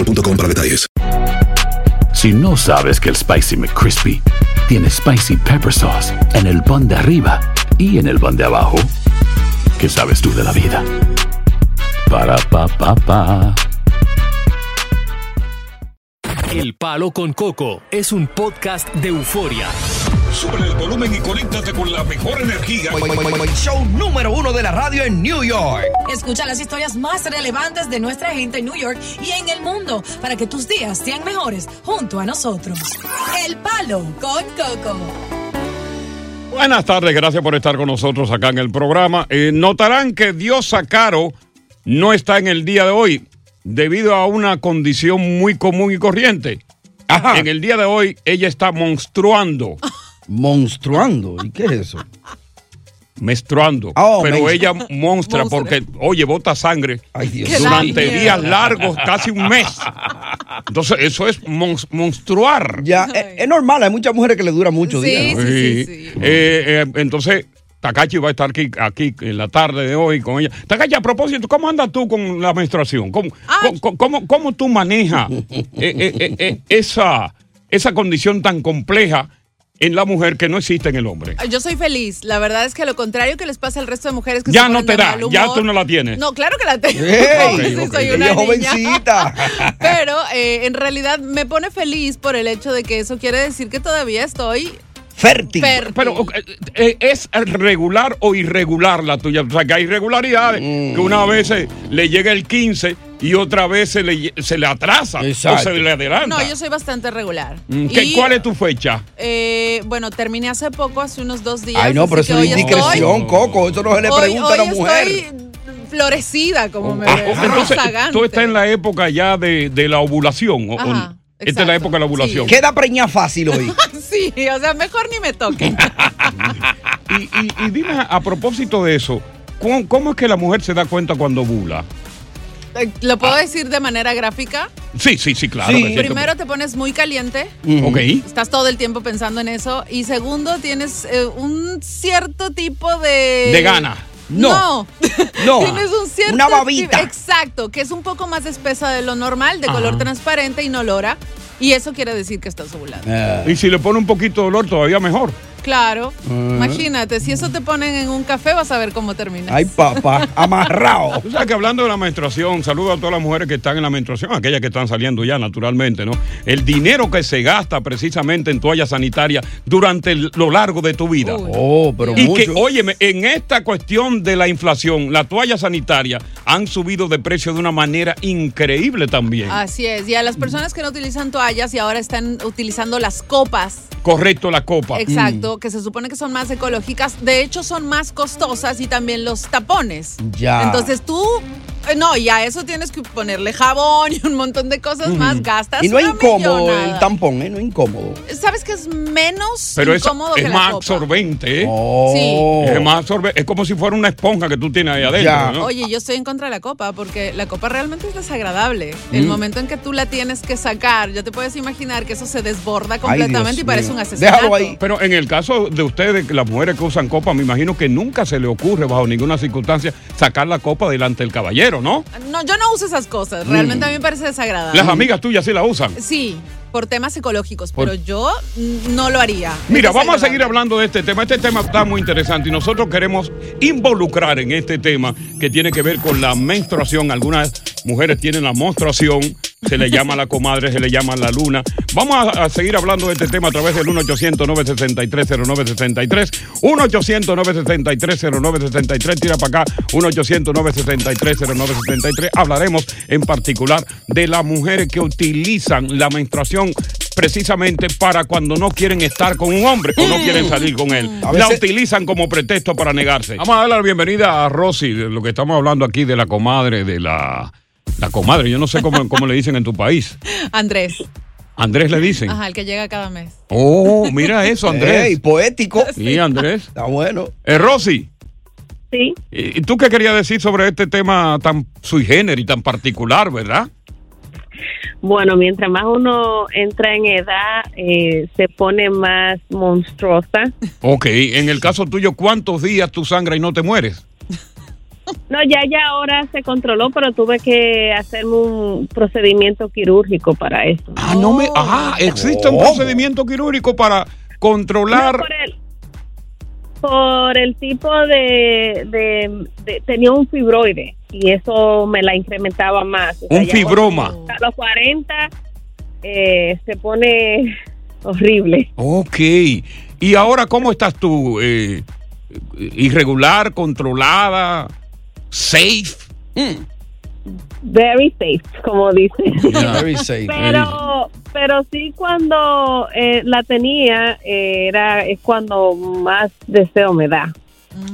para detalles. Si no sabes que el Spicy McCrispy tiene spicy pepper sauce en el pan de arriba y en el pan de abajo, ¿qué sabes tú de la vida? Para pa pa pa. El Palo con Coco es un podcast de euforia. Sube el volumen y conéctate con la mejor energía. Show número uno de la radio en New York. Escucha las historias más relevantes de nuestra gente en New York y en el mundo para que tus días sean mejores junto a nosotros. El Palo con Coco. Buenas tardes, gracias por estar con nosotros acá en el programa. Eh, notarán que Diosa Caro no está en el día de hoy debido a una condición muy común y corriente. En el día de hoy ella está monstruando, Monstruando. ¿Y qué es eso? menstruando, Oh, pero menstru- ella monstra porque, oye, bota sangre Ay, Dios. Qué durante daño. días largos, casi un mes. Entonces, eso es mons- monstruar. Ya, eh, es, normal, hay muchas mujeres que le dura mucho Sí, días. ¿no? Sí. Eh, eh, entonces, Takachi va a estar aquí, aquí en la tarde de hoy con ella. Takachi, a propósito, ¿cómo andas tú con la menstruación? ¿Cómo, Ah. cómo- cómo- cómo tú manejas eh, eh, eh, eh, esa, esa condición tan compleja en la mujer que no existe en el hombre? Yo soy feliz. La verdad es que lo contrario que les pasa al resto de mujeres que Ya se no ponen te de da, mal humor. ya tú no la tienes. No, claro que la tengo. ¡Ey! Sí, ok, soy ok. una Ella es niña. jovencita. Pero eh, en realidad me pone feliz por el hecho de que eso quiere decir que todavía estoy Fértil. fértil. Pero ok, eh, ¿es regular o irregular la tuya? O sea, que hay irregularidades, que una Mm. vez se- le llega el 15 y otra vez se le, lle- se le atrasa Exacto. o se le adelanta. no, yo soy bastante regular. Mm, ¿qué- Y, ¿Cuál es tu fecha? eh, bueno, terminé hace poco, hace unos dos días. Ay, no, pero así eso que es hoy estoy- indiscreción, Coco. Eso no se le hoy- pregunta a la hoy mujer. Estoy florecida, como me Ah, veo. entonces, Rozagante. tú estás en la época ya de, de la ovulación. o- o- Ajá, esta es la exacto. época de la ovulación. Sí. Queda preña fácil hoy. Sí, o sea, mejor ni me toquen. Y, y- y dime, a propósito de eso, ¿cómo, cómo es que la mujer se da cuenta cuando ovula? Eh, ¿Lo puedo decir de manera gráfica? Sí, sí, sí, claro. Sí. me siento- Primero te pones muy caliente, Ok. estás todo el tiempo pensando en eso. Y segundo, tienes eh, un cierto tipo de... De gana. No. Eh, No. No. Tienes un cierto... Una babita. tipo- Exacto, que es un poco más espesa de lo normal, de color transparente, inolora. Y eso quiere decir que estás ovulando. Y si le pone un poquito de dolor, todavía mejor. Eh. Claro. Ah. Imagínate, si eso te ponen en un café, vas a ver cómo terminas. Ay, papá, amarrado. Tú sabes que hablando de la menstruación, saludo a todas las mujeres que están en la menstruación, aquellas que están saliendo ya naturalmente, ¿no? El dinero que se gasta precisamente en toallas sanitarias durante el- lo largo de tu vida. Uy. Oh, pero Y que, mucho. óyeme, en esta cuestión de la inflación, las toallas sanitarias han subido de precio de una manera increíble también. Así es. Y a las personas que no utilizan toallas y ahora están utilizando las copas. Correcto, la copa. Mm. Exacto, que se supone que son más ecológicas, de hecho son más costosas y también los tapones. Ya. Entonces tú, eh, no, y a eso tienes que ponerle jabón y un montón de cosas más, gastas. Mm. y no es una incómodo millonada. el tampón, ¿eh? No es incómodo. Sabes que es menos Pero es, incómodo es que más la copa. absorbente, ¿eh? Oh. Es más absorbe- es como si fuera una esponja que tú tienes ahí adentro. Ya. ¿no? Oye, yo estoy en contra de la copa porque la copa realmente es desagradable. Mm. El momento en que tú la tienes que sacar, ya te puedes imaginar que eso se desborda completamente y Dios parece mío. un asesinato. Déjalo ahí. Pero en el caso de ustedes, las mujeres que usan copa, me imagino que nunca se le ocurre bajo ninguna circunstancia sacar la copa delante del caballero, ¿no? No, yo no uso esas cosas. Mm. Realmente a mí me parece desagradable. Las amigas tuyas sí la usan. Sí, por temas ecológicos, Por- pero yo mm, no lo haría. Mira, Es vamos a desagradable. seguir hablando de este tema. Este tema está muy interesante y nosotros queremos involucrar en este tema que tiene que ver con la menstruación algunas mujeres tienen la menstruación, se le llama la comadre, se le llama la luna. Vamos a, a seguir hablando de este tema a través del 1-800-963-0963. 1-800-963-0963. Tira para acá, 1-800-963-0963. Hablaremos en particular de las mujeres que utilizan la menstruación precisamente para cuando no quieren estar con un hombre o no quieren salir con él. A La veces- utilizan como pretexto para negarse. Vamos a dar la bienvenida a Rosy, de lo que estamos hablando aquí de la comadre, de la... La comadre, yo no sé cómo, cómo le dicen en tu país. Andrés. Andrés le dicen. Ajá, el que llega cada mes. Oh, mira eso, Andrés. Ey, poético. Sí, Andrés. Está bueno. Eh, Rosy. Sí. ¿Y y tú qué querías decir sobre este tema tan sui generis, tan particular, verdad? Bueno, mientras más uno entra en edad, eh, se pone más monstruosa. Ok, en el caso tuyo, ¿cuántos días tú sangras y no te mueres? No, ya, ya ahora se controló, pero tuve que hacerme un procedimiento quirúrgico para eso. Ah, no me. Ah, existe un Oh. ¿Cómo? procedimiento quirúrgico para controlar. por el, por el tipo de, de- de- Tenía un fibroide y eso me la incrementaba más. O sea, Un ya cuando fibroma. A los 40 eh, se pone horrible. Ok. ¿Y ahora cómo estás tú? Eh, ¿Irregular, controlada, safe? Very safe, como dice. Yeah. Very safe. Pero, pero sí cuando eh, la tenía eh, era es cuando más deseo me da.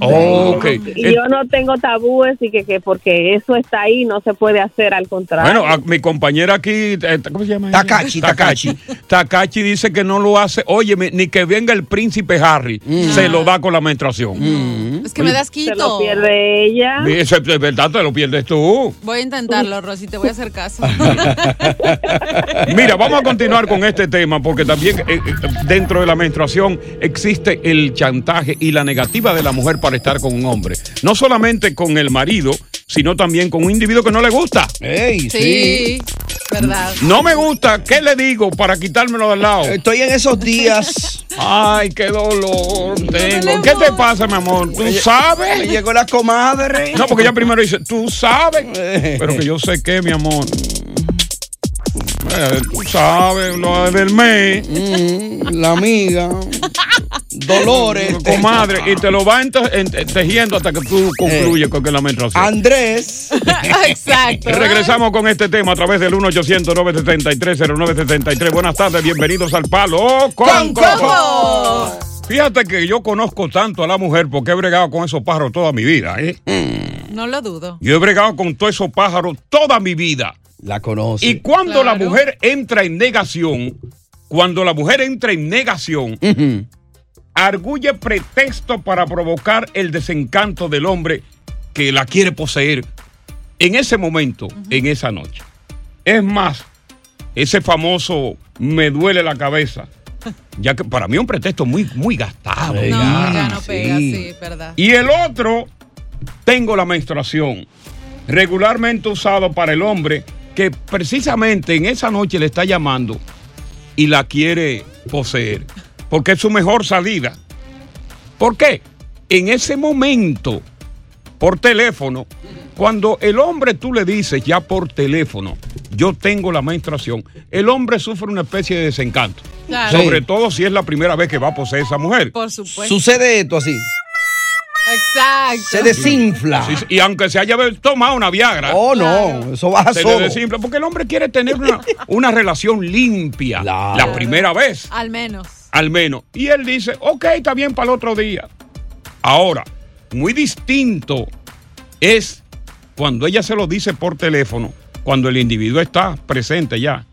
Oh, Ok. Y yo no tengo tabúes y que, que porque eso está ahí no se puede hacer al contrario. Bueno, a- mi compañera aquí, eh, ¿cómo se llama? Takachi, Takachi. Takachi dice que no lo hace, oye, me- ni que venga el príncipe Harry, se lo da con la menstruación. Mm. Es que me das Se quito. lo pierde ella. Eso es de verdad, te lo pierdes tú. Voy a intentarlo, Rosy, te voy a hacer caso. Mira, vamos a continuar con este tema porque también eh, eh, dentro de la menstruación existe el chantaje y la negativa de la mujer para estar con un hombre. No solamente con el marido, sino también con un individuo que no le gusta. sí, verdad. No me gusta, ¿qué le digo para quitármelo del lado? Estoy en esos días. Ay, qué dolor tengo. ¿Qué te pasa, mi amor? ¿Tú Me lle- sabes? me llegó la comadre. No, porque ella primero dice, tú sabes. Pero que yo sé qué, mi amor. Eh, tú sabes, lo del mes. Mm, la amiga. eh. Dolores. Comadre, y te lo va ente- ente- tejiendo hasta que tú concluyes con que la menstruación. Andrés. Exacto. Regresamos con este tema a través del 1-800-973-0973. Buenas tardes, bienvenidos al Palo con Coco. Fíjate que yo conozco tanto a la mujer porque he bregado con esos pájaros toda mi vida. ¿eh? No lo dudo. Yo he bregado con todos esos pájaros toda mi vida. La conoce. Y cuando la mujer entra en negación, cuando la mujer entra en negación, arguye pretexto para provocar el desencanto del hombre que la quiere poseer en ese momento, en esa noche. Es más, ese famoso me duele la cabeza, ya que para mí es un pretexto muy, muy gastado. No, ya. ya Ah, no pega, sí, verdad. Y el otro, tengo la menstruación, regularmente usado para el hombre que precisamente en esa noche le está llamando y la quiere poseer, porque es su mejor salida. ¿Por qué? En ese momento, por teléfono, cuando el hombre tú le dices ya por teléfono, yo tengo la menstruación, el hombre sufre una especie de desencanto. Claro. Sobre todo si es la primera vez que va a poseer esa mujer. Por supuesto. Sucede esto así. Exacto. Sí, sí, Y aunque se haya tomado una Viagra. Oh, no, eso baja se solo. le desinfla, porque el hombre quiere tener una, una relación limpia la primera vez, Al menos. al menos. Y él dice, ok, está bien para el otro día. Ahora, muy distinto es cuando ella se lo dice por teléfono, cuando el individuo está presente ya.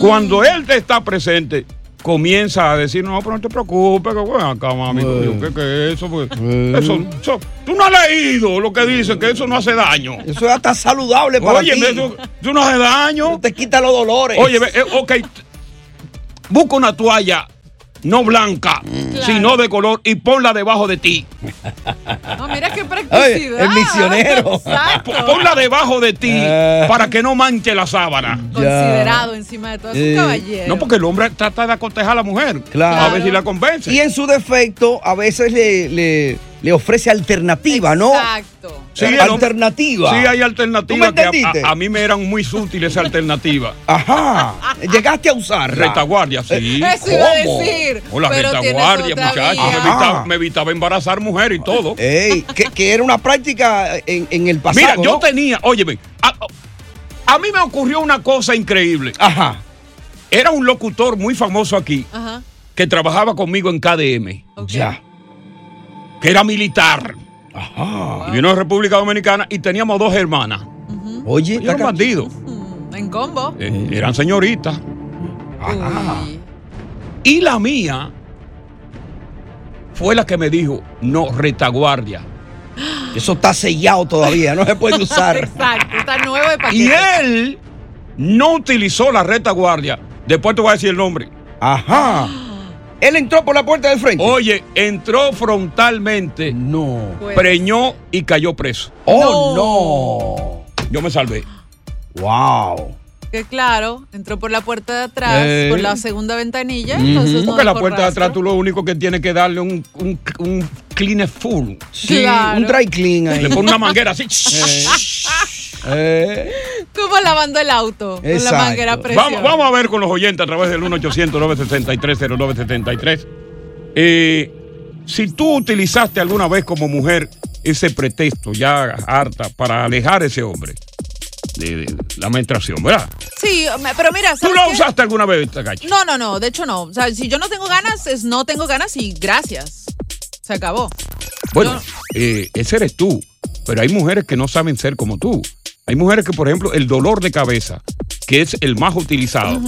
Cuando él te está presente, comienza a decir, no, pero no te preocupes, que bueno, acá, mami, yo, ¿qué, qué es eso? Pues, eso, eso- tú no has leído lo que dice, que eso no hace daño. Eso es hasta saludable para Oye, ti. eso, eso no hace daño. Te quita los dolores. Oye, ve, eh, ok, t- busca una toalla, no blanca, Mm. sino de color, y ponla debajo de ti. No, mira qué practicidad. Oye, el misionero. Exacto. P- Ponla debajo de ti Ah. para que no manche la sábana. Considerado encima de todo. Es un Eh, caballero. No, porque el hombre trata de acotejar a la mujer. Claro. A ver si la convence. Y en su defecto, a veces le, le, le ofrece alternativa, ¿no? Exacto. Sí, el hom- alternativa. Sí, hay alternativas ¿Tú me que a- entendiste? a, a mí me eran muy útiles esa alternativa. Ajá. Llegaste a usar. Retaguardia, sí. Eh, eso iba a ¿Cómo? decir, O la pero tienes retaguardia, otra muchachos. Me vía. evitaba, Ajá. me evitaba embarazar mujer y todo. Ah. que, que era una práctica en, en el pasado. Mira, yo ¿no? tenía, óyeme, a, a mí me ocurrió una cosa increíble. Ajá. Era un locutor muy famoso aquí Ajá. que trabajaba conmigo en KDM. Ya. Que era militar. Ajá. Y vino de República Dominicana y teníamos dos hermanas. Oye, era un bandido. En combo. Eh, eran señoritas. Uy. Y la mía fue la que me dijo, no, retaguardia. Eso está sellado todavía, no se puede usar. Exacto, está nuevo de paquete. Y él no utilizó la retaguardia. Después te voy a decir el nombre. Ajá. Él entró por la puerta de frente. Oye, entró frontalmente. No. Pues. Preñó y cayó preso. no. Oh, Yo me salvé. Wow. Que claro, entró por la puerta de atrás, Eh. por la segunda ventanilla. Entonces no Porque la dejó puerta de rastro. atrás tú lo único que tienes que darle un, un, un clean full. Sí, Claro. un dry clean ahí. Le pone una manguera así. Eh. Como lavando el auto. Con Exacto. la manguera a presión. Vamos, vamos a ver con los oyentes a través del 1-800-963-0973. Eh, si tú utilizaste alguna vez como mujer ese pretexto ya harta para alejar a ese hombre de, de la menstruación, ¿verdad? Sí, me- pero mira, ¿Tú ¿sabes lo qué? usaste alguna vez, Gachi? No, no, no, de hecho no. O sea, si yo no tengo ganas, es no tengo ganas y gracias. Se acabó. Bueno, eh, ese eres tú, pero hay mujeres que no saben ser como tú. Hay mujeres que, por ejemplo, el dolor de cabeza, que es el más utilizado,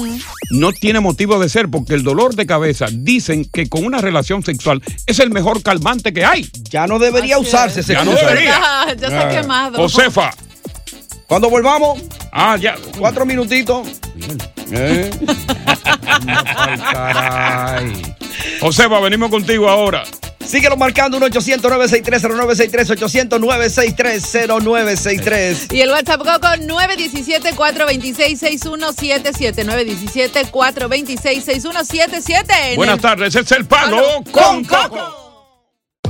no tiene motivo de ser porque el dolor de cabeza dicen que con una relación sexual es el mejor calmante que hay. Ya no debería usarse ese Ya no excusa. debería. Ah, Ah. ya se ha quemado. Josefa. Cuando volvamos. Ah, ya. Cuatro minutitos. Eh. Caray. Josefa, venimos contigo ahora. Síguelo marcando 1 800 963 800 963 Y el WhatsApp Coco 917-426-6177. 917-426-6177. En Buenas el- tardes, es el palo con Coco.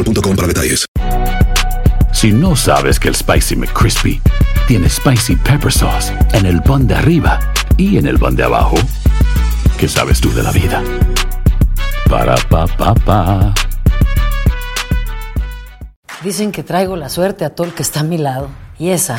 para detalles. Si no sabes que el Spicy McCrispy tiene spicy pepper sauce en el pan de arriba y en el pan de abajo, ¿qué sabes tú de la vida? Para pa pa pa. Dicen que traigo la suerte a todo el que está a mi lado. Y esa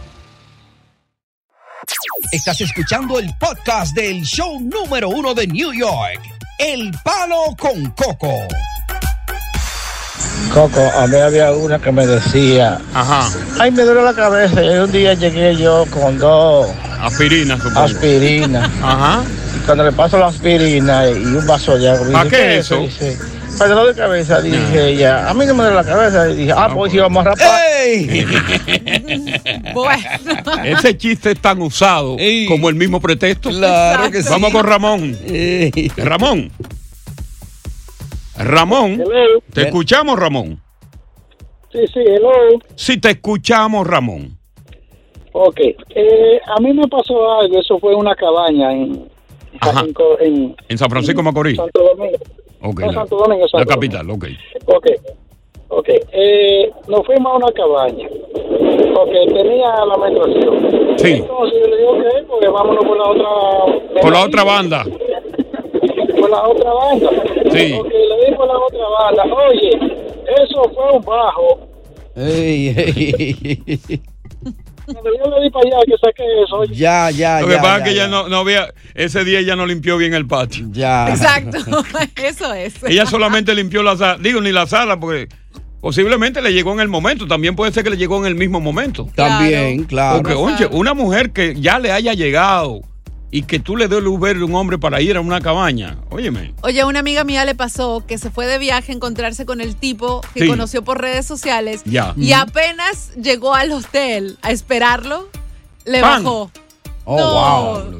Estás escuchando el podcast del show número uno de New York, El Palo con Coco. Coco, a mí había una que me decía, ay, me duele la cabeza. Y un día llegué yo con dos Aspirina, supongo. aspirinas. Ajá. Y cuando le paso la aspirina y un vaso de agua, ¿Para dije, qué eso? Ah. Dice, para el dolor de cabeza, dije ella. A mí no me duele la cabeza. Y dije, ah, pues sí, vamos a rapar. Ese chiste es tan usado como el mismo pretexto. Claro que sí. Vamos con Ramón. Ramón. Ramón. ¿Te escuchamos, Ramón? Sí, sí, hello. Sí, te escuchamos, Ramón. Ok. Eh, a mí me pasó algo, eso fue una cabaña en, Ajá. en, Co- en En San Francisco Macorís. Santo Domingo. Ok. No, la- Santo Domingo, La Mm. Santo capital, ok. Ok. Ok. Eh, nos fuimos a una cabaña. Ok, tenía la menstruación. Sí. Entonces yo le digo, ok, pues vámonos por la otra. Por la otra banda. Por la otra banda. Sí. Ok, le digo a la otra banda, oye, eso fue un bajo. Cuando yo le di para allá que saqué eso, oye. Ya, ya, Lo que ya, pasa ya, es que ella no, no había, ese día ella no limpió bien el patio. Ya. Exacto, eso es. Ella solamente limpió la sala, digo, ni la sala, porque posiblemente le llegó en el momento, también puede ser que le llegó en el mismo momento. También, claro. Porque, oye, una mujer que ya le haya llegado y que tú le des luz verde a un hombre para ir a una cabaña, óyeme. Oye, una amiga mía le pasó que se fue de viaje a encontrarse con el tipo que Sí. conoció por redes sociales Ya. y apenas llegó al hotel a esperarlo, le ¡Pam! bajó. Oh, no, wow.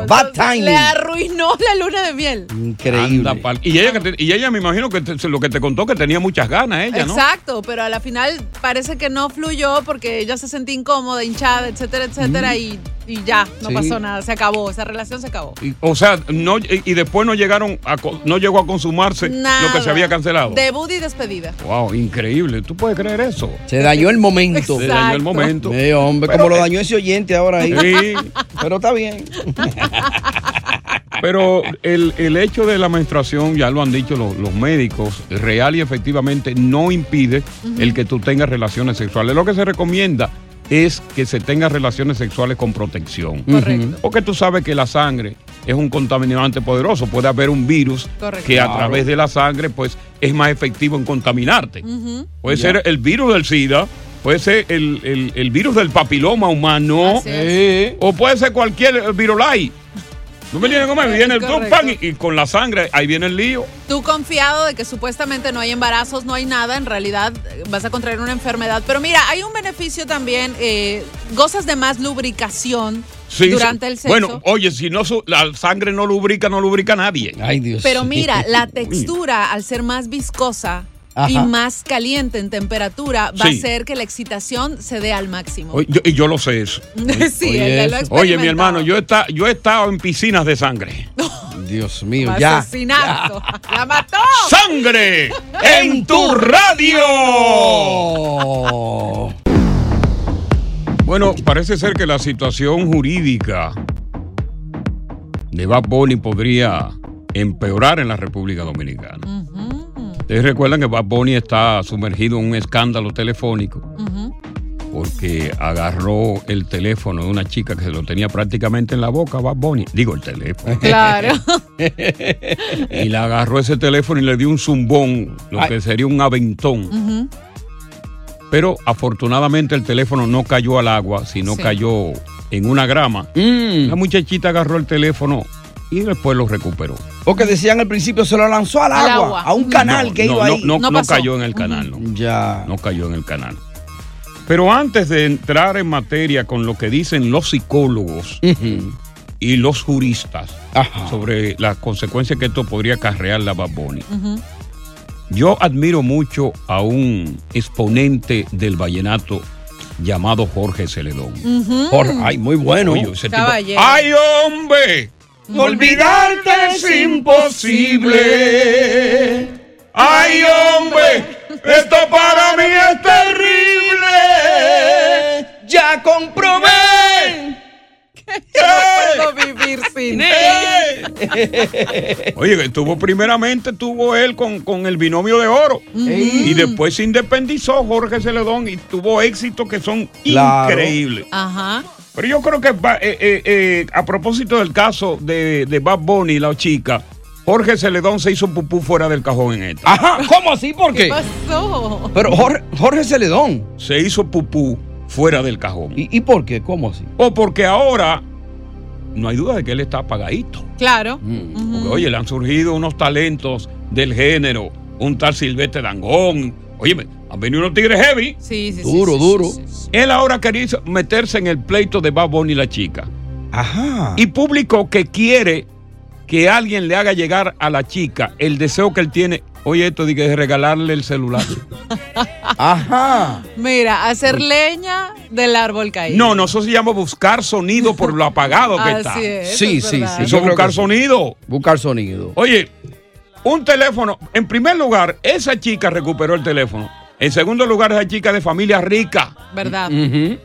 no, Bad no, timing. le arruinó la luna de miel. Increíble. Anda pa'l- Y ella, que te- y ella me imagino que te- lo que te contó que tenía muchas ganas ella, ¿no? Exacto, pero a la final parece que no fluyó porque ella se sentía incómoda, hinchada, etcétera, etcétera, y, y ya, Mm. no Sí. pasó nada, se acabó, esa relación se acabó. Y- O sea, no, y y después no llegaron a co- no llegó a consumarse lo que Nada. se había cancelado. Debut y despedida. Wow, increíble. ¿Tú puedes creer eso? Se dañó el momento. Se dañó el momento. Sí, hombre, Pero- eh, como lo dañó ese oyente ahora ahí. Sí. Pero está bien. Pero el, el hecho de la menstruación, ya lo han dicho los, los médicos, real y efectivamente no impide Ujú. el que tú tengas relaciones sexuales. Lo que se recomienda es que se tengan relaciones sexuales con protección. Correcto. Porque tú sabes que la sangre es un contaminante poderoso. Puede haber un virus Correcto. que a Claro. través de la sangre pues es más efectivo en contaminarte. Puede Ya. ser el virus del SIDA, puede ser el, el- el virus del papiloma humano, eh, o puede ser cualquier eh, virolai. No me tienen que comer, viene el Correcto. pan y, y con la sangre, ahí viene el lío. Tú confiado de que supuestamente no hay embarazos, no hay nada, en realidad eh, vas a contraer una enfermedad. Pero mira, hay un beneficio también, eh, gozas de más lubricación Sí, durante sí. el sexo. Bueno, oye, si no su- la sangre no lubrica, no lubrica nadie. Ay, Dios. Pero mira, la textura, al ser más viscosa y Ajá. más caliente en temperatura, va a Sí. hacer que la excitación se dé al máximo. Oye, yo- y yo lo sé eso. sí, él ya lo ha eso. Oye, mi experimentado. hermano, yo, está, yo he estado en piscinas de sangre. Dios mío, Asesinato. La mató. ¡Sangre en tu radio! Bueno, parece ser que la situación jurídica de Bad Bunny podría empeorar en la República Dominicana. Ustedes recuerdan que Bad Bunny está sumergido en un escándalo telefónico porque agarró el teléfono de una chica que se lo tenía prácticamente en la boca, Bad Bunny. Digo, el teléfono. Claro. Y le agarró ese teléfono y le dio un zumbón, lo que sería un aventón. Mm. Ujú. Pero afortunadamente el teléfono no cayó al agua, sino Sí. cayó en una grama. Mm. La muchachita agarró el teléfono y después lo recuperó. Porque decían al principio se lo lanzó al Al agua, agua. a un canal No, que no, iba no, ahí. No, no cayó en el canal, no. Ya. No cayó en el canal. Pero antes de entrar en materia con lo que dicen los psicólogos y los juristas sobre las consecuencias que esto podría acarrear la Bad Bunny, yo admiro mucho a un exponente del vallenato llamado Jorge Celedón. Mm. Ujú. Jorge, ay, muy bueno. Oye, ese tipo- Caballero. ¡Ay, hombre! Olvidarte es imposible. Ay, hombre, esto para mí es terrible. Ya comprobé que Eh. no puedo vivir sin ti. Oye, que estuvo primeramente, tuvo él con, con el binomio de oro. Y después se independizó Jorge Celedón y tuvo éxitos que son Claro. increíbles. Ajá. Pero yo creo que va- eh, eh, eh, a propósito del caso de, de Bad Bunny, la chica, Jorge Celedón se hizo pupú fuera del cajón en esto. Ajá, ¿cómo así? ¿Por ¿Qué qué? pasó? Pero Jorge, Jorge Celedón. Se hizo pupú fuera del cajón. ¿Y, y por qué? ¿Cómo así? O porque ahora no hay duda de que él está apagadito. Claro. Mm. Porque, oye, le han surgido unos talentos del género, un tal Silvestre Dangón. Oye, han venido unos tigres heavy. Sí, sí, sí, duro, sí, duro. Él ahora quería meterse en el pleito de Bad Bunny y la chica. Ajá. Y público que quiere que alguien le haga llegar a la chica el deseo que él tiene. Oye, esto de que es regalarle el celular. Ajá. Mira, hacer leña del árbol caído. No, no, eso se llama buscar sonido por lo apagado que Así está. es, Sí, es sí, verdad. sí, Eso yo es creo buscar que sí. sonido. Buscar sonido. Oye, un teléfono. En primer lugar, esa chica recuperó el teléfono. En segundo lugar, esa chica de familia rica. ¿Verdad?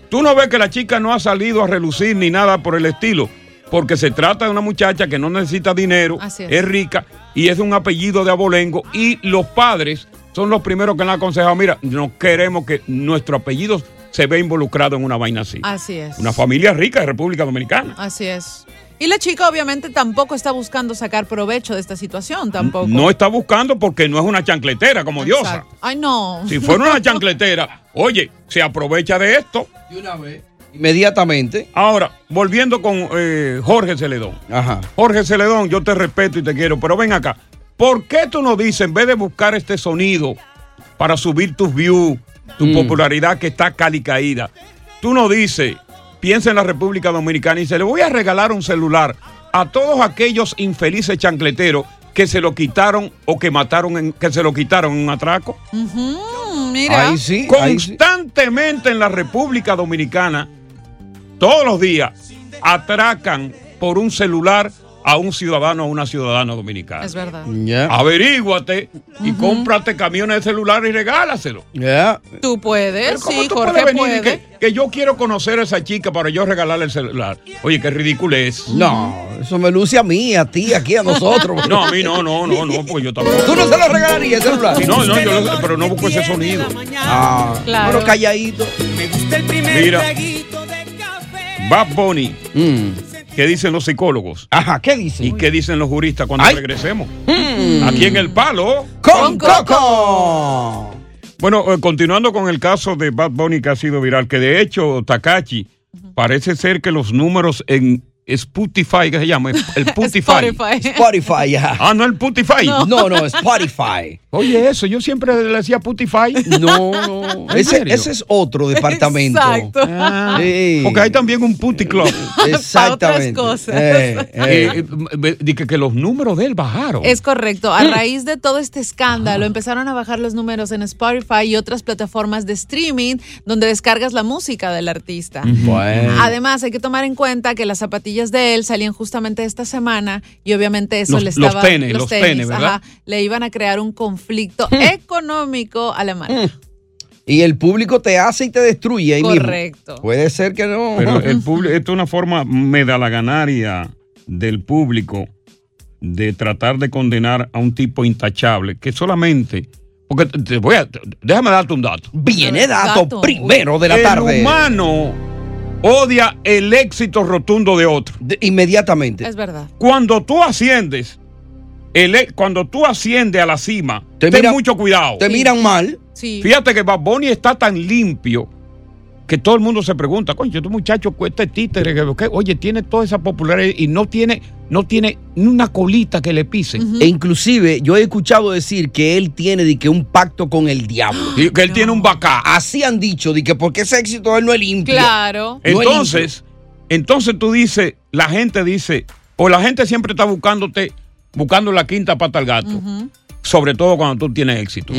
Tú no ves que la chica no ha salido a relucir ni nada por el estilo. Porque se trata de una muchacha que no necesita dinero, Así es. es rica y es de un apellido de abolengo. Y los padres son los primeros que le han aconsejado: mira, no queremos que nuestro apellido se ve involucrado en una vaina así. Así es. Una familia rica de República Dominicana. Así es. Y la chica obviamente tampoco está buscando sacar provecho de esta situación, tampoco. No está buscando porque no es una chancletera como diosa. Exacto. Ay, no. Si fuera una chancletera, oye, se aprovecha de esto. De una vez. Inmediatamente. Ahora, volviendo con eh, Jorge Celedón. Ajá. Jorge Celedón, yo te respeto y te quiero, pero ven acá. ¿Por qué tú no dices, en vez de buscar este sonido para subir tus views, tu popularidad que está calicaída, tú no dices, piensa en la República Dominicana y se le voy a regalar un celular a todos aquellos infelices chancleteros que se lo quitaron o que mataron, en- que se lo quitaron en un atraco? Ujú, mira. Constantemente en la República Dominicana, todos los días, atracan por un celular a un ciudadano o una ciudadana dominicana. Es verdad. Averíguate y cómprate camiones de celular y regálaselo. Eh, Tú puedes, Pero ¿cómo sí, tú Jorge puedes venir y puede. Que, que yo quiero conocer a esa chica para yo regalarle el celular. Oye, qué ridículo es. No, eso me luce a mí, a ti, aquí, a nosotros. No, a mí no, no, no, no, pues yo tampoco. Tú no se lo regalarías el celular. No, no, yo lo- pero no busco ese sonido. Ah, Claro. pero calladito. Mira, Bad Bunny, ¿qué dicen los psicólogos? Mm. Ajá, ¿qué dicen? ¿Y qué dicen los juristas cuando Ay. regresemos? Mm. Aquí en El Palo. Con Coco. Bueno, eh, continuando con el caso de Bad Bunny que ha sido viral, que de hecho, Takachi, parece ser que los números en Spotify, ¿qué se llama? El el Spotify. Spotify, ajá. Ah, no el Putify. No. No, no, Spotify. Oye, eso, yo siempre le decía Putify. No, no. ¿En Ese, serio? ese es otro departamento. Exacto. Ah. Porque hay también un Puti Club. Exactamente. cosas. Eh, eh, eh, di que, que los números de él bajaron. Es correcto. A Mm. raíz de todo este escándalo, empezaron a bajar los números en Spotify y otras plataformas de streaming donde descargas la música del artista. Bueno. Además, hay que tomar en cuenta que las zapatillas de él salían justamente esta semana y obviamente eso Los- le los estaba. tenis, los tenis, ¿verdad? Mm. le iban a crear un conflicto económico a la marca. Y el público te hace y te destruye ahí mismo. Correcto. Puede ser que no. Pero el público, esto es una forma medalaganaria del público de tratar de condenar a un tipo intachable que solamente. Porque te te voy a. te- Déjame darte un dato. Viene dato Dato. primero de la El tarde. humano odia el éxito rotundo de otro. inmediatamente. Es verdad. Cuando tú asciendes, el e- cuando tú asciendes a la cima, ten mira- mucho cuidado. te Sí. miran mal. Sí. Fíjate que Bad Bunny está tan limpio que todo el mundo se pregunta, coño, este muchacho cuesta títere, que- que- oye, tiene toda esa popularidad y no tiene, no tiene ni una colita que le pisen. E inclusive yo he escuchado decir que él tiene de que un pacto con el diablo. que él tiene un bacá. Así han dicho, de que porque ese éxito de él no es limpio. No Claro. es Entonces, entonces tú dices, la gente dice, o la gente siempre está buscándote, buscando la quinta pata al gato, sobre todo cuando tú tienes éxito.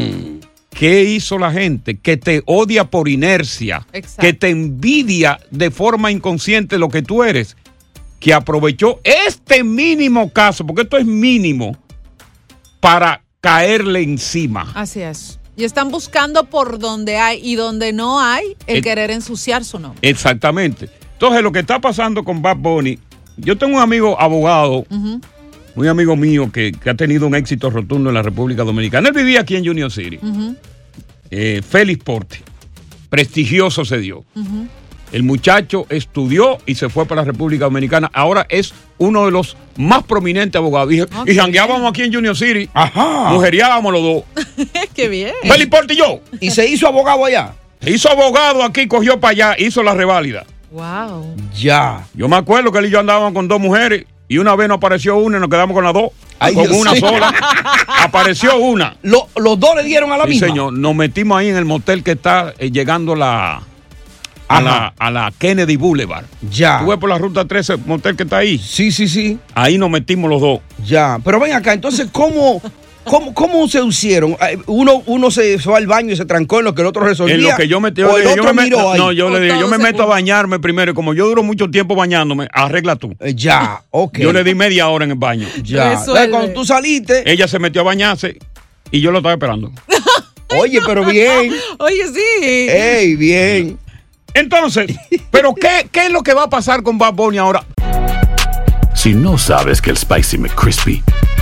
¿Qué hizo la gente? Que te odia por inercia, Exacto. que te envidia de forma inconsciente lo que tú eres, que aprovechó este mínimo caso, porque esto es mínimo, para caerle encima. Así es. Y están buscando por donde hay y donde no hay el Eh, querer ensuciar su nombre. Exactamente. Entonces, lo que está pasando con Bad Bunny, yo tengo un amigo abogado Ujú. muy amigo mío que, que ha tenido un éxito rotundo en la República Dominicana. Él vivía aquí en Union City. Ujú, Eh, Félix Porte. Prestigioso se dio. ujú. El muchacho estudió y se fue para la República Dominicana. Ahora es uno de los más prominentes abogados. Y, y jangueábamos aquí en Union City. Ajá. Mujeriábamos los dos. Qué bien. Félix Porte y yo. ¿Y se hizo abogado allá? Se hizo abogado aquí, cogió para allá, hizo la reválida. Wow. Ya. Yo me acuerdo que él y yo andábamos con dos mujeres y una vez nos apareció una y nos quedamos con las dos. con Dios una mío. sola. apareció una. los dos le dieron a la sí, misma. señor. Nos metimos ahí en el motel que está eh, llegando la a, la a la Kennedy Boulevard. Ya. Tú ves por la ruta 13, el motel que está ahí. Sí, sí, sí. Ahí nos metimos los dos. Ya, pero ven acá, entonces, ¿cómo, cómo, cómo se hicieron? Eh, Uno, uno se fue al baño y se trancó en lo que el otro resolvía. En lo que yo metí, yo o le el dije, otro yo me, miró meto- ahí. no, yo le dije, yo me meto a bañarme primero. Y como yo duro mucho tiempo bañándome, arregla tú. Eh, ya, ok. Yo le di media hora en el baño. Ya. Resuelve. Entonces, cuando tú saliste. Ella se metió a bañarse y yo lo estaba esperando. Oye, pero bien. Oye, sí. Ey, bien. Entonces, ¿pero qué, qué es lo que va a pasar con Bad Bunny ahora? Si no sabes que el Spicy McCrispy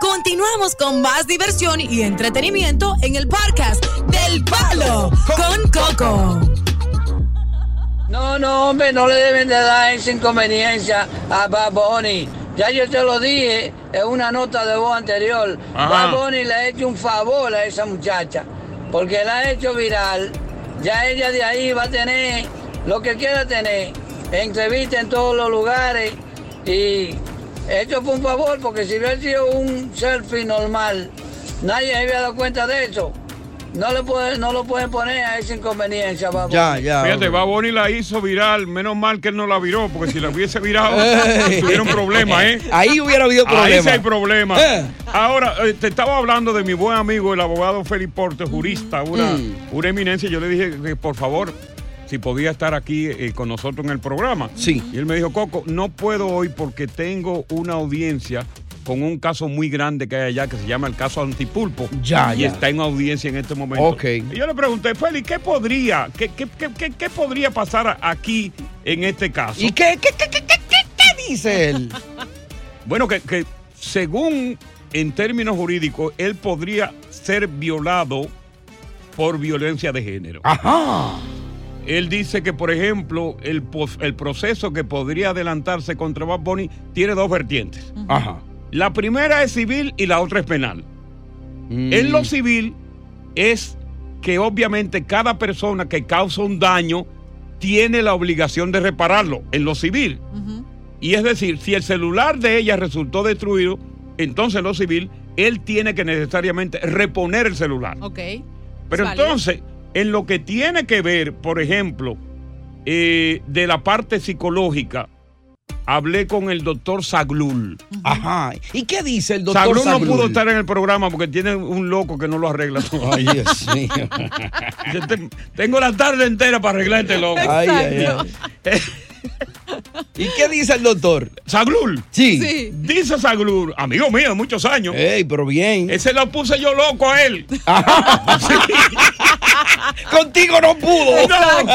Continuamos con más diversión y entretenimiento en el podcast del Palo con Coco. No, no, hombre, no le deben de dar esa inconveniencia a Bad Bunny. Ya yo te lo dije en una nota de voz anterior. Ajá. Bad Bunny le ha hecho un favor a esa muchacha, porque la ha hecho viral. Ya ella de ahí va a tener lo que quiera tener. Entrevista en todos los lugares y esto fue un favor, porque si hubiera sido un selfie normal, nadie se había dado cuenta de eso. No, le puede- no lo pueden poner a esa inconveniencia, Bad Bunny. Fíjate, Baboni la hizo viral. Menos mal que él no la viró, porque si la hubiese virado, Ey. tuviera un problema, ¿eh? Ahí hubiera habido Ahí problema. sí hay problema. Eh. Ahora, eh, te estaba hablando de mi buen amigo, el abogado Félix Porte, Mm. jurista, una, una eminencia. Yo le dije que, por favor, si podía estar aquí eh, con nosotros en el programa. Sí. Y él me dijo, Coco, no puedo hoy porque tengo una audiencia con un caso muy grande que hay allá que se llama el caso Antipulpo. Ya, y ya. está en audiencia en este momento. Ok. Y yo le pregunté, Félix, ¿qué podría, qué, qué- qué- qué- qué podría pasar aquí en este caso? ¿Y qué, qué, qué, qué, qué, qué, qué dice él? Bueno, que, que según en términos jurídicos, él podría ser violado por violencia de género. Ajá. Él dice que, por ejemplo, el, pos- el proceso que podría adelantarse contra Bad Bunny tiene dos vertientes. Ajá. La primera es civil y la otra es penal. Mm. En lo civil es que obviamente cada persona que causa un daño tiene la obligación de repararlo en lo civil. Y es decir, si el celular de ella resultó destruido, entonces en lo civil, él tiene que necesariamente reponer el celular. Ok. Pero válido. entonces, en lo que tiene que ver, por ejemplo, eh, de la parte psicológica, hablé con el doctor Saglul. Ajá. ¿Y qué dice el doctor Saglul? no Saglul? pudo estar en el programa porque tiene un loco que no lo arregla. Ay, Dios mío. Yo te- tengo la tarde entera para arreglar este loco. Ay, ay, ¿Y qué dice el doctor? Saglul. Sí. Dice Saglul, amigo mío de muchos años. Ey, pero bien. Ese lo puse yo loco a él. Contigo no pudo. Exacto.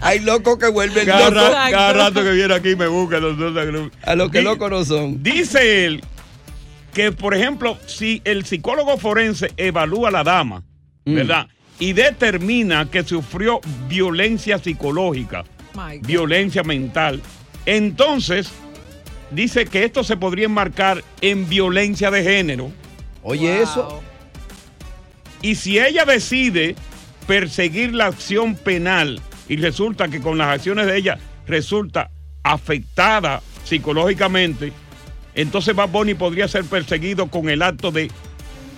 Hay locos que vuelven Cada, locos. ra- cada rato que viene aquí me busca los dos Saglul. A los que Di- locos no son. Dice él que, por ejemplo, si el psicólogo forense evalúa a la dama, Mm. ¿verdad? Y determina que sufrió violencia psicológica, My God. violencia mental, entonces dice que esto se podría enmarcar en violencia de género. Oye, eso. Y si ella decide perseguir la acción penal y resulta que con las acciones de ella resulta afectada psicológicamente, entonces Bad Bunny podría ser perseguido con el acto de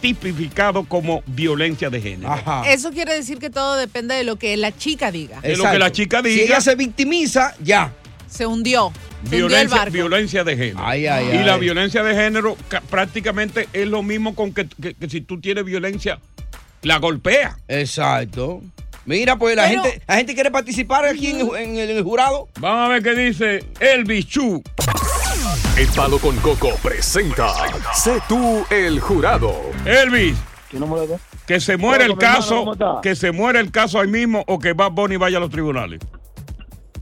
tipificado como violencia de género. Eso quiere decir que todo depende de lo que la chica diga. Es Ah. lo que la chica diga. Si ella se victimiza, ya. Se hundió. Se hundió el Violencia, barco. violencia de género. ay, y ay. la violencia de género ca- prácticamente es lo mismo con que, que- que si tú tienes violencia, la golpea. Exacto. Mira, pues la Pero- gente, la gente quiere participar aquí en, en el jurado. Vamos a ver qué dice el bichú. El Palo con Coco presenta Sé tú el jurado. Elvis. Que se muera Hola, el mi hermano, caso, ¿cómo está? que se muera el caso ahí mismo o que Bad Bunny vaya a los tribunales.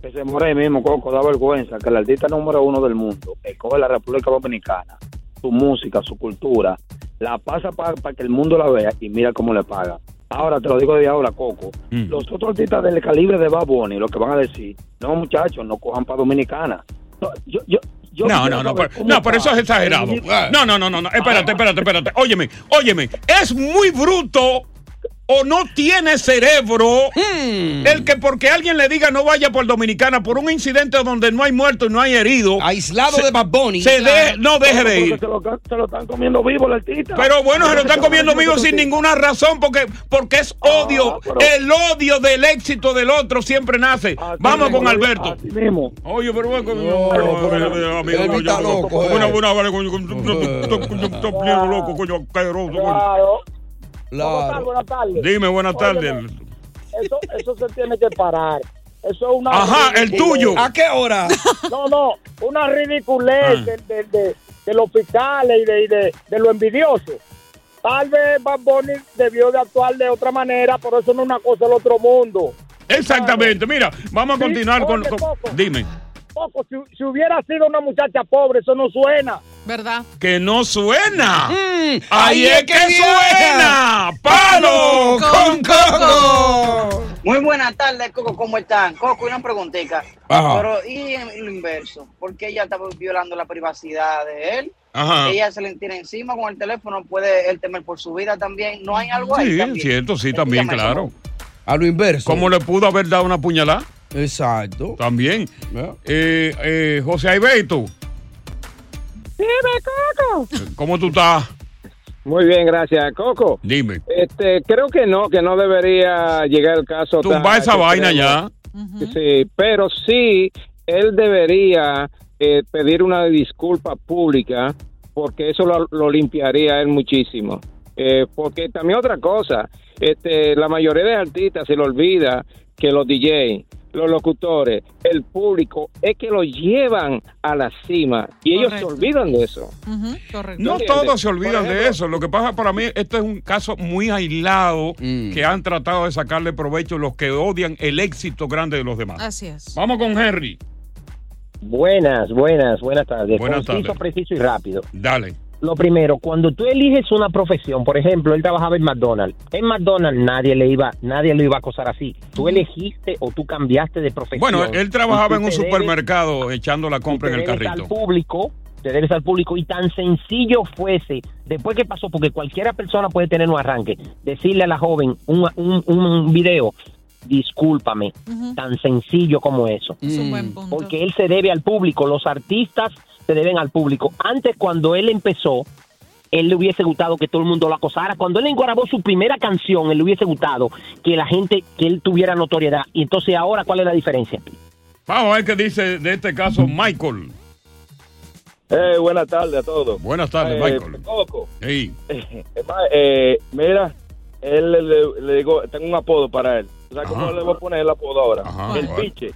Que se muera ahí mismo, Coco, da vergüenza que el artista número uno del mundo escoge la República Dominicana, su música, su cultura, la pasa para que el mundo la vea y mira cómo le paga. Ahora te lo digo de ahora, Coco. Mm. Los otros artistas del calibre de Bad Bunny, lo que van a decir, no muchachos, no cojan para Dominicana. No, yo, yo, yo no, quiero no, no, saber pero, cómo no, pero está eso es exagerado. el nivel- No, no, no, no, no, espérate, espérate, espérate. Óyeme, óyeme, es muy bruto o no tiene cerebro Hmm. el que porque alguien le diga no vaya por Dominicana por un incidente donde no hay muerto y no hay herido. Aislado de Bad Bunny. Se de- Claro. no deje de Porque ir. se lo están comiendo vivo el artista. Pero bueno, se lo están Porque comiendo se lo vivo están sin ninguna razón porque, porque es odio. El odio del éxito del otro siempre nace. Vamos con Alberto. mismo. Oye, pero bueno, coño, no, pero, pero, amigo, no, yo, una, una, vale, coño, coño, coño, coño, coño, coño, pliego loco, coño, asqueroso, coño. Claro. Claro. Buenas tardes, buenas tardes. Dime, buenas Óyeme, tardes. Eso, eso se tiene que parar. Eso es una. Ajá, el tuyo. ¿A qué hora? No, no, una Ah. ridiculez de, de, de- de los fiscales y de, y de, de lo envidioso. Tal vez Bad Bunny debió de actuar de otra manera, pero eso no es una cosa del otro mundo. Exactamente, mira, vamos a Sí, continuar con, oye, con- Coco. Dime, Poco, si, si hubiera sido una muchacha pobre, eso no suena. ¿Verdad? que no suena. Mm, ahí, ahí es es que, que viene. suena. ¡Palo con coco! Muy buenas tardes, Coco. ¿Cómo están? Coco, una preguntita. Ajá. Pero, ¿y en lo inverso? ¿Por qué ella está violando la privacidad de él? Ajá. Ella se le tira encima con el teléfono, puede él temer por su vida también. ¿No hay algo ahí? Sí, también? cierto, sí, también, Explícame claro. A lo inverso. ¿Cómo le pudo haber dado una puñalada? Exacto. También. Eh, eh, José Aibeto, Dime, Coco. ¿cómo tú estás? Muy bien, gracias. Coco. Dime. Este, creo que no, que no debería llegar el caso. tan Tumba esa extremo. vaina ya. Sí, pero sí, él debería eh, pedir una disculpa pública porque eso lo, lo limpiaría a él muchísimo. Eh, porque también otra cosa, este, la mayoría de artistas se le olvida que los DJ, los locutores, el público es que lo llevan a la cima y ellos se Correcto. olvidan de eso. No ¿Entiendes? todos se olvidan de eso. Lo que pasa para mí, este es un caso muy aislado que han tratado de sacarle provecho los que odian el éxito grande de los demás. Así es. Vamos con Henry. Buenas, buenas, buenas tardes. Buenas Conciso, tardes. preciso y rápido. Dale. Lo primero, cuando tú eliges una profesión, por ejemplo, él trabajaba en McDonald's. En McDonald's nadie le iba, nadie lo iba a acosar así. Tú elegiste o tú cambiaste de profesión. Mm. Bueno, él Y trabajaba tú en un te debes- supermercado echando la compra en el te debes al carrito. público, te debes al público y tan sencillo fuese, después que pasó, porque cualquiera persona puede tener un arranque, decirle a la joven un, un- un video, discúlpame, tan sencillo como eso. Mm. Porque él se debe al público, los artistas se deben al público. Antes cuando él empezó, él le hubiese gustado que todo el mundo lo acosara. Cuando él grabó su primera canción, él le hubiese gustado que la gente, que él tuviera notoriedad. Y entonces ahora, ¿cuál es la diferencia? Vamos a ver qué dice de este caso Michael. Eh, buenas tardes a todos. Buenas tardes, Michael. Coco. Hey. Eh, ma- eh, mira, él le, le- le digo, tengo un apodo para él. O sea, ¿cómo Ajá. le voy a poner el apodo ahora? Ajá. el ¿Cuál? piche.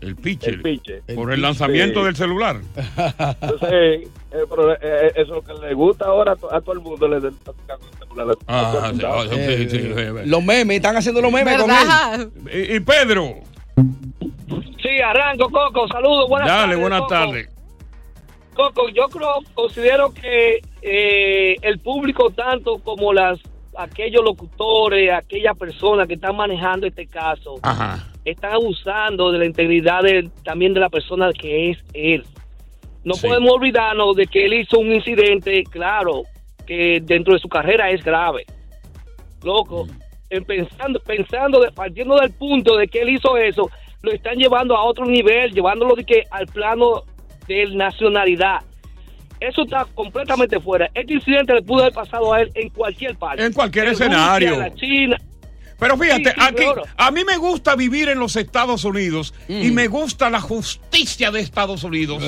El piche. El piche. Por el lanzamiento Sí. del celular. Entonces, eh, eh, pero, eh, eh, eso es lo que le gusta ahora a to- a todo el mundo. Le, le- le- le- le- Ah, sí, ah, sí, sí, Eh. sí, sí. Los memes, están haciendo los memes con él. Y, y Pedro, Sí, arranco, Coco. Saludos, buenas dale, tardes. buenas Coco. tardes. Coco, yo creo, considero que eh, el público, tanto como las aquellos locutores, aquellas personas que están manejando este caso, están abusando de la integridad de- también de la persona que es él. No podemos olvidarnos de que él hizo un incidente, claro, que dentro de su carrera es grave. Mm. Loco, en pensando, pensando de- partiendo del punto de que él hizo eso, lo están llevando a otro nivel, llevándolo de que al plano de nacionalidad. Eso está completamente fuera. Este incidente le pudo haber pasado a él en cualquier parte. En cualquier Rusia, escenario. la China. Pero fíjate, Sí, sí, aquí claro. a mí me gusta vivir en los Estados Unidos y me gusta la justicia de Estados Unidos.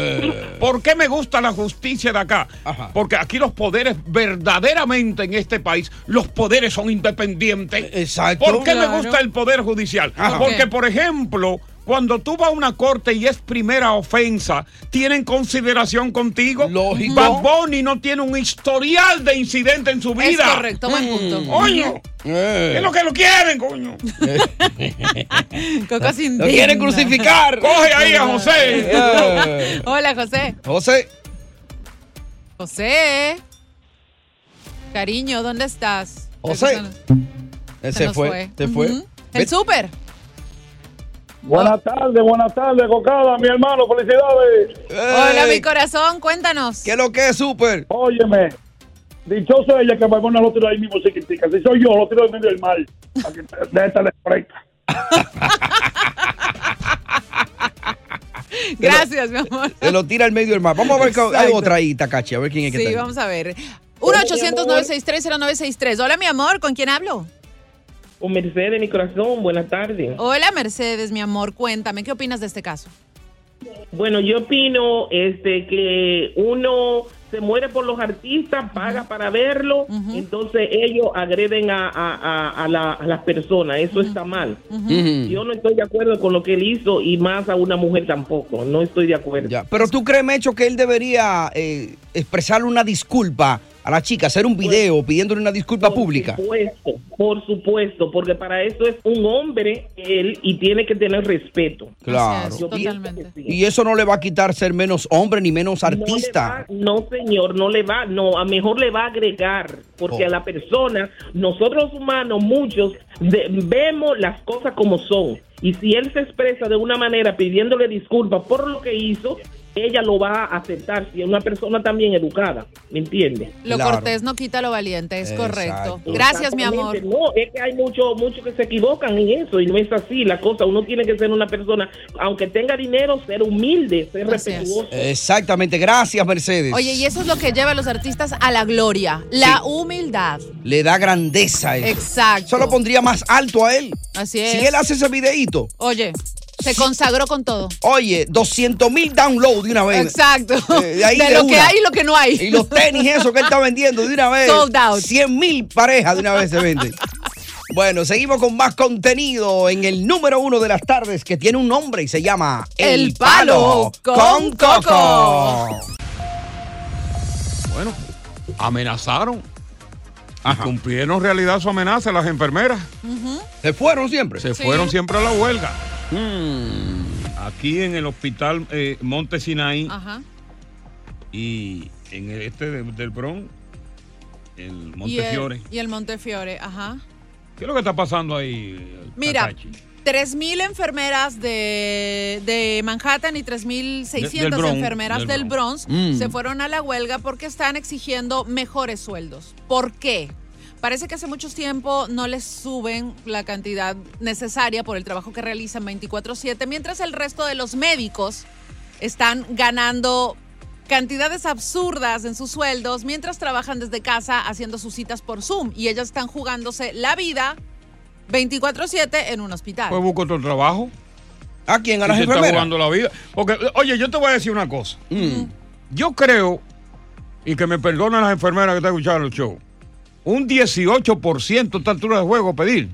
¿Por qué me gusta la justicia de acá? Porque aquí los poderes verdaderamente en este país, los poderes son independientes. Exacto. ¿Por qué me Claro. gusta el poder judicial? Ajá. Porque, Ok. por ejemplo, cuando tú vas a una corte y es primera ofensa, tienen consideración contigo. Lógico. Bad Bunny no tiene un historial de incidente en su vida. correcto, buen punto. Eh. Coño. Es lo que lo quieren, coño. Coco sin Lo quieren crucificar. Coge ahí a José. Eh. Hola, José. José. José. Cariño, ¿dónde estás? José. Se Se nos fue. Se Ujú. fue. Ah. El súper. Buenas tardes, buenas tardes, Cocada, mi hermano, felicidades. Hola, mi corazón, cuéntanos. ¿Qué es lo que es, súper? Óyeme, Dichosa ella que Barbona lo tiró ahí mismo se critica. Si soy yo, lo tiro en medio del mal. Para que de esta le presta. Gracias, mi amor. Te lo tira al medio del mar. Vamos a ver que hay Exacto. otra ahí, Takachi, a ver quién es que Sí, está. vamos a ver. 1-800-963-0963. Hola, mi amor, ¿con quién hablo? Con Mercedes, Oh, mi corazón, buenas tardes. Hola, Mercedes, mi amor, cuéntame, ¿qué opinas de este caso? Bueno, yo opino este que uno se muere por los artistas, paga para verlo, entonces ellos agreden a, a- a- a la- a las personas, eso está mal. Ujú. Yo no estoy de acuerdo con lo que él hizo y más a una mujer tampoco, no estoy de acuerdo. Pero tú crees, Mecho, que él debería eh, expresarle una disculpa a la chica, hacer un video pidiéndole una disculpa pública. Por supuesto, por supuesto, porque para eso es un hombre él y tiene que tener respeto. Claro. Yo pienso que sí. Y eso no le va a quitar ser menos hombre ni menos artista. No, señor, no le va, no, a mejor le va a agregar, porque Oh. a la persona, nosotros humanos, muchos, de- vemos las cosas como son. Y si él se expresa de una manera pidiéndole disculpas por lo que hizo, ella lo va a aceptar, si es una persona también educada, ¿me entiende? Lo cortés no quita lo valiente, es correcto. Exacto. Gracias, mi amor. Exactamente. No, es que hay muchos mucho que se equivocan en eso y no es así la cosa. Uno tiene que ser una persona, aunque tenga dinero, ser humilde, ser respetuoso. Exactamente. Gracias, Mercedes. Oye, y eso es lo que lleva a los artistas a la gloria, la humildad. Le da grandeza a él. Exacto. Eso lo pondría más alto a él. Así es. Si él hace ese videíto, Oye, se consagró con todo. oye, 200 mil downloads de una vez. Exacto. Eh, ahí de lo una. que hay y lo que no hay. Y los tenis, eso que él está vendiendo de una vez. Sold out. 100 mil parejas de una vez se venden. Bueno, seguimos con más contenido en el número uno de las tardes que tiene un nombre y se llama El Palo con Coco. Bueno, amenazaron. Y cumplieron realidad su amenaza las enfermeras. ¿Se fueron siempre? Mm. Se Sí. fueron siempre a la huelga. Aquí en el hospital eh, Monte Sinaí Ajá. y en el este de- del Bronx, el Y el- Montefiore. Y el Montefiore, ajá. ¿Qué es lo que está pasando ahí? Mira, Takachi? 3.000 enfermeras de, de Manhattan y 3.600 De- del Bronx, enfermeras del del, Bronx. Bronx, Mm. se fueron a la huelga porque están exigiendo mejores sueldos. ¿Por qué? Parece que hace mucho tiempo no les suben la cantidad necesaria por el trabajo que realizan 24/7, mientras el resto de los médicos están ganando cantidades absurdas en sus sueldos mientras trabajan desde casa haciendo sus citas por Zoom y ellas están jugándose la vida 24/7 en un hospital. Pues busca otro trabajo. ¿A quién? ¿A las se está enfermeras? jugando la vida. Porque, oye, yo te voy a decir una cosa. Mm. Yo creo, y que me perdonen las enfermeras que están escuchando el show, un 18% esta altura de juego pedir.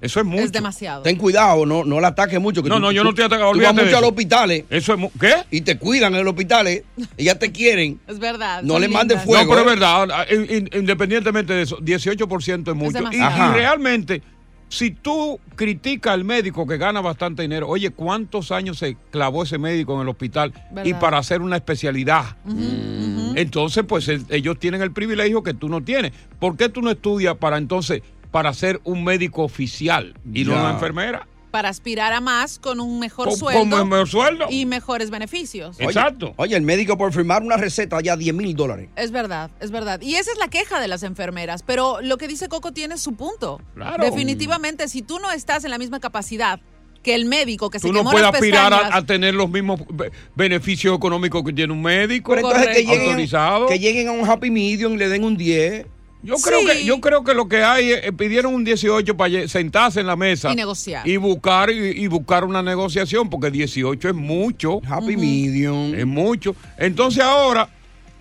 Eso es mucho. es demasiado. Mm. Ten cuidado, no, no la ataques mucho. que No, tú- no, yo tú- no estoy atacando, Tú vas olvídate de mucho a eso. los hospitales. Eso es ¿Qué? Y te cuidan en los hospitales. Ellas te quieren. Es verdad. No son le mande lindas. fuego. No, pero es ¿eh? verdad, ah, in- in- independientemente de eso, 18% es mucho. Y, demasiado. y Ajá. realmente, si tú criticas al médico que gana bastante dinero, oye, ¿cuántos años se clavó ese médico en el hospital y ¿Verdad? para hacer una especialidad? Mm. Entonces, pues el- ellos tienen el privilegio que tú no tienes. ¿Por qué tú no estudias para entonces, para ser un médico oficial y no Ya. una enfermera? Para aspirar a más con un mejor Con- sueldo. con mejor sueldo. Y mejores beneficios. Oye, Oye, el médico por firmar una receta ya 10 mil dólares. Es verdad, es verdad. Y esa es la queja de las enfermeras, pero lo que dice Coco tiene su punto. Claro. Definitivamente, si tú no estás en la misma capacidad que el médico que se Tú no quemó puedes las aspirar pestañas, a, a tener los mismos be- beneficios económicos que tiene un médico Pero entonces que lleguen- autorizado. que lleguen a un happy medium y le den un 10. Yo creo, que, yo creo que lo que hay es, eh, pidieron un 18 para lle- sentarse en la mesa Y negociar. y buscar y, y buscar una negociación porque 18 es mucho. Happy medium. Es mucho. Entonces ahora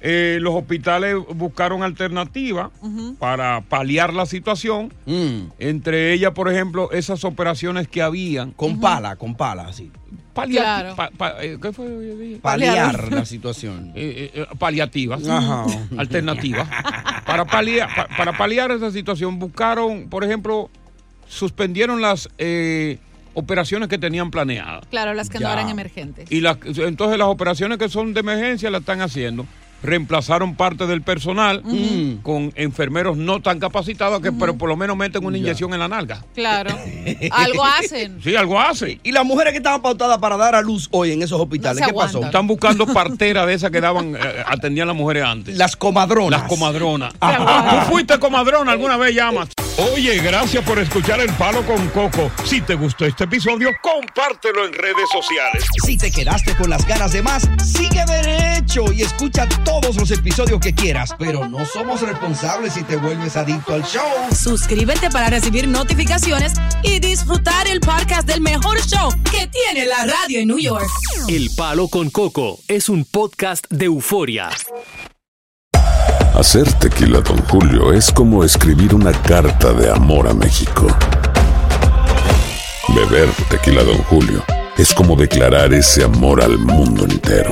eh, los hospitales buscaron alternativas Ujú. para paliar la situación. Mm. Entre ellas, por ejemplo, esas operaciones que habían con pala, con pala, así. Paliar, Claro. pa- pa- eh, ¿qué fue lo que yo dije? Paliar la situación. eh, eh, paliativas, Ajá. alternativas, para paliar, pa- para paliar esa situación buscaron, por ejemplo, suspendieron las eh, operaciones que tenían planeadas claro, las que no Ya. eran emergentes. y las, entonces las operaciones que son de emergencia las están haciendo reemplazaron parte del personal Mm. con enfermeros no tan capacitados que pero por lo menos meten una inyección en la nalga. Claro. Algo hacen. Sí, algo hace. Y las mujeres que estaban pautadas para dar a luz hoy en esos hospitales, No se ¿qué pasó? aguantan. Están buscando parteras de esas que daban, eh, atendían las mujeres antes. Las comadronas. Las comadronas. Ah, ¿Tú fuiste comadrona alguna vez, llamas? Oye, gracias por escuchar El Palo con Coco. Si te gustó este episodio, compártelo en redes sociales. Si te quedaste con las ganas de más, sigue derecho y escucha todos los episodios que quieras. Pero no somos responsables si te vuelves adicto al show. Suscríbete para recibir notificaciones y disfrutar el podcast del mejor show que tiene la radio en New York. El Palo con Coco es un podcast de euforia. Hacer tequila, Don Julio, es como escribir una carta de amor a México. Beber tequila, Don Julio, es como declarar ese amor al mundo entero.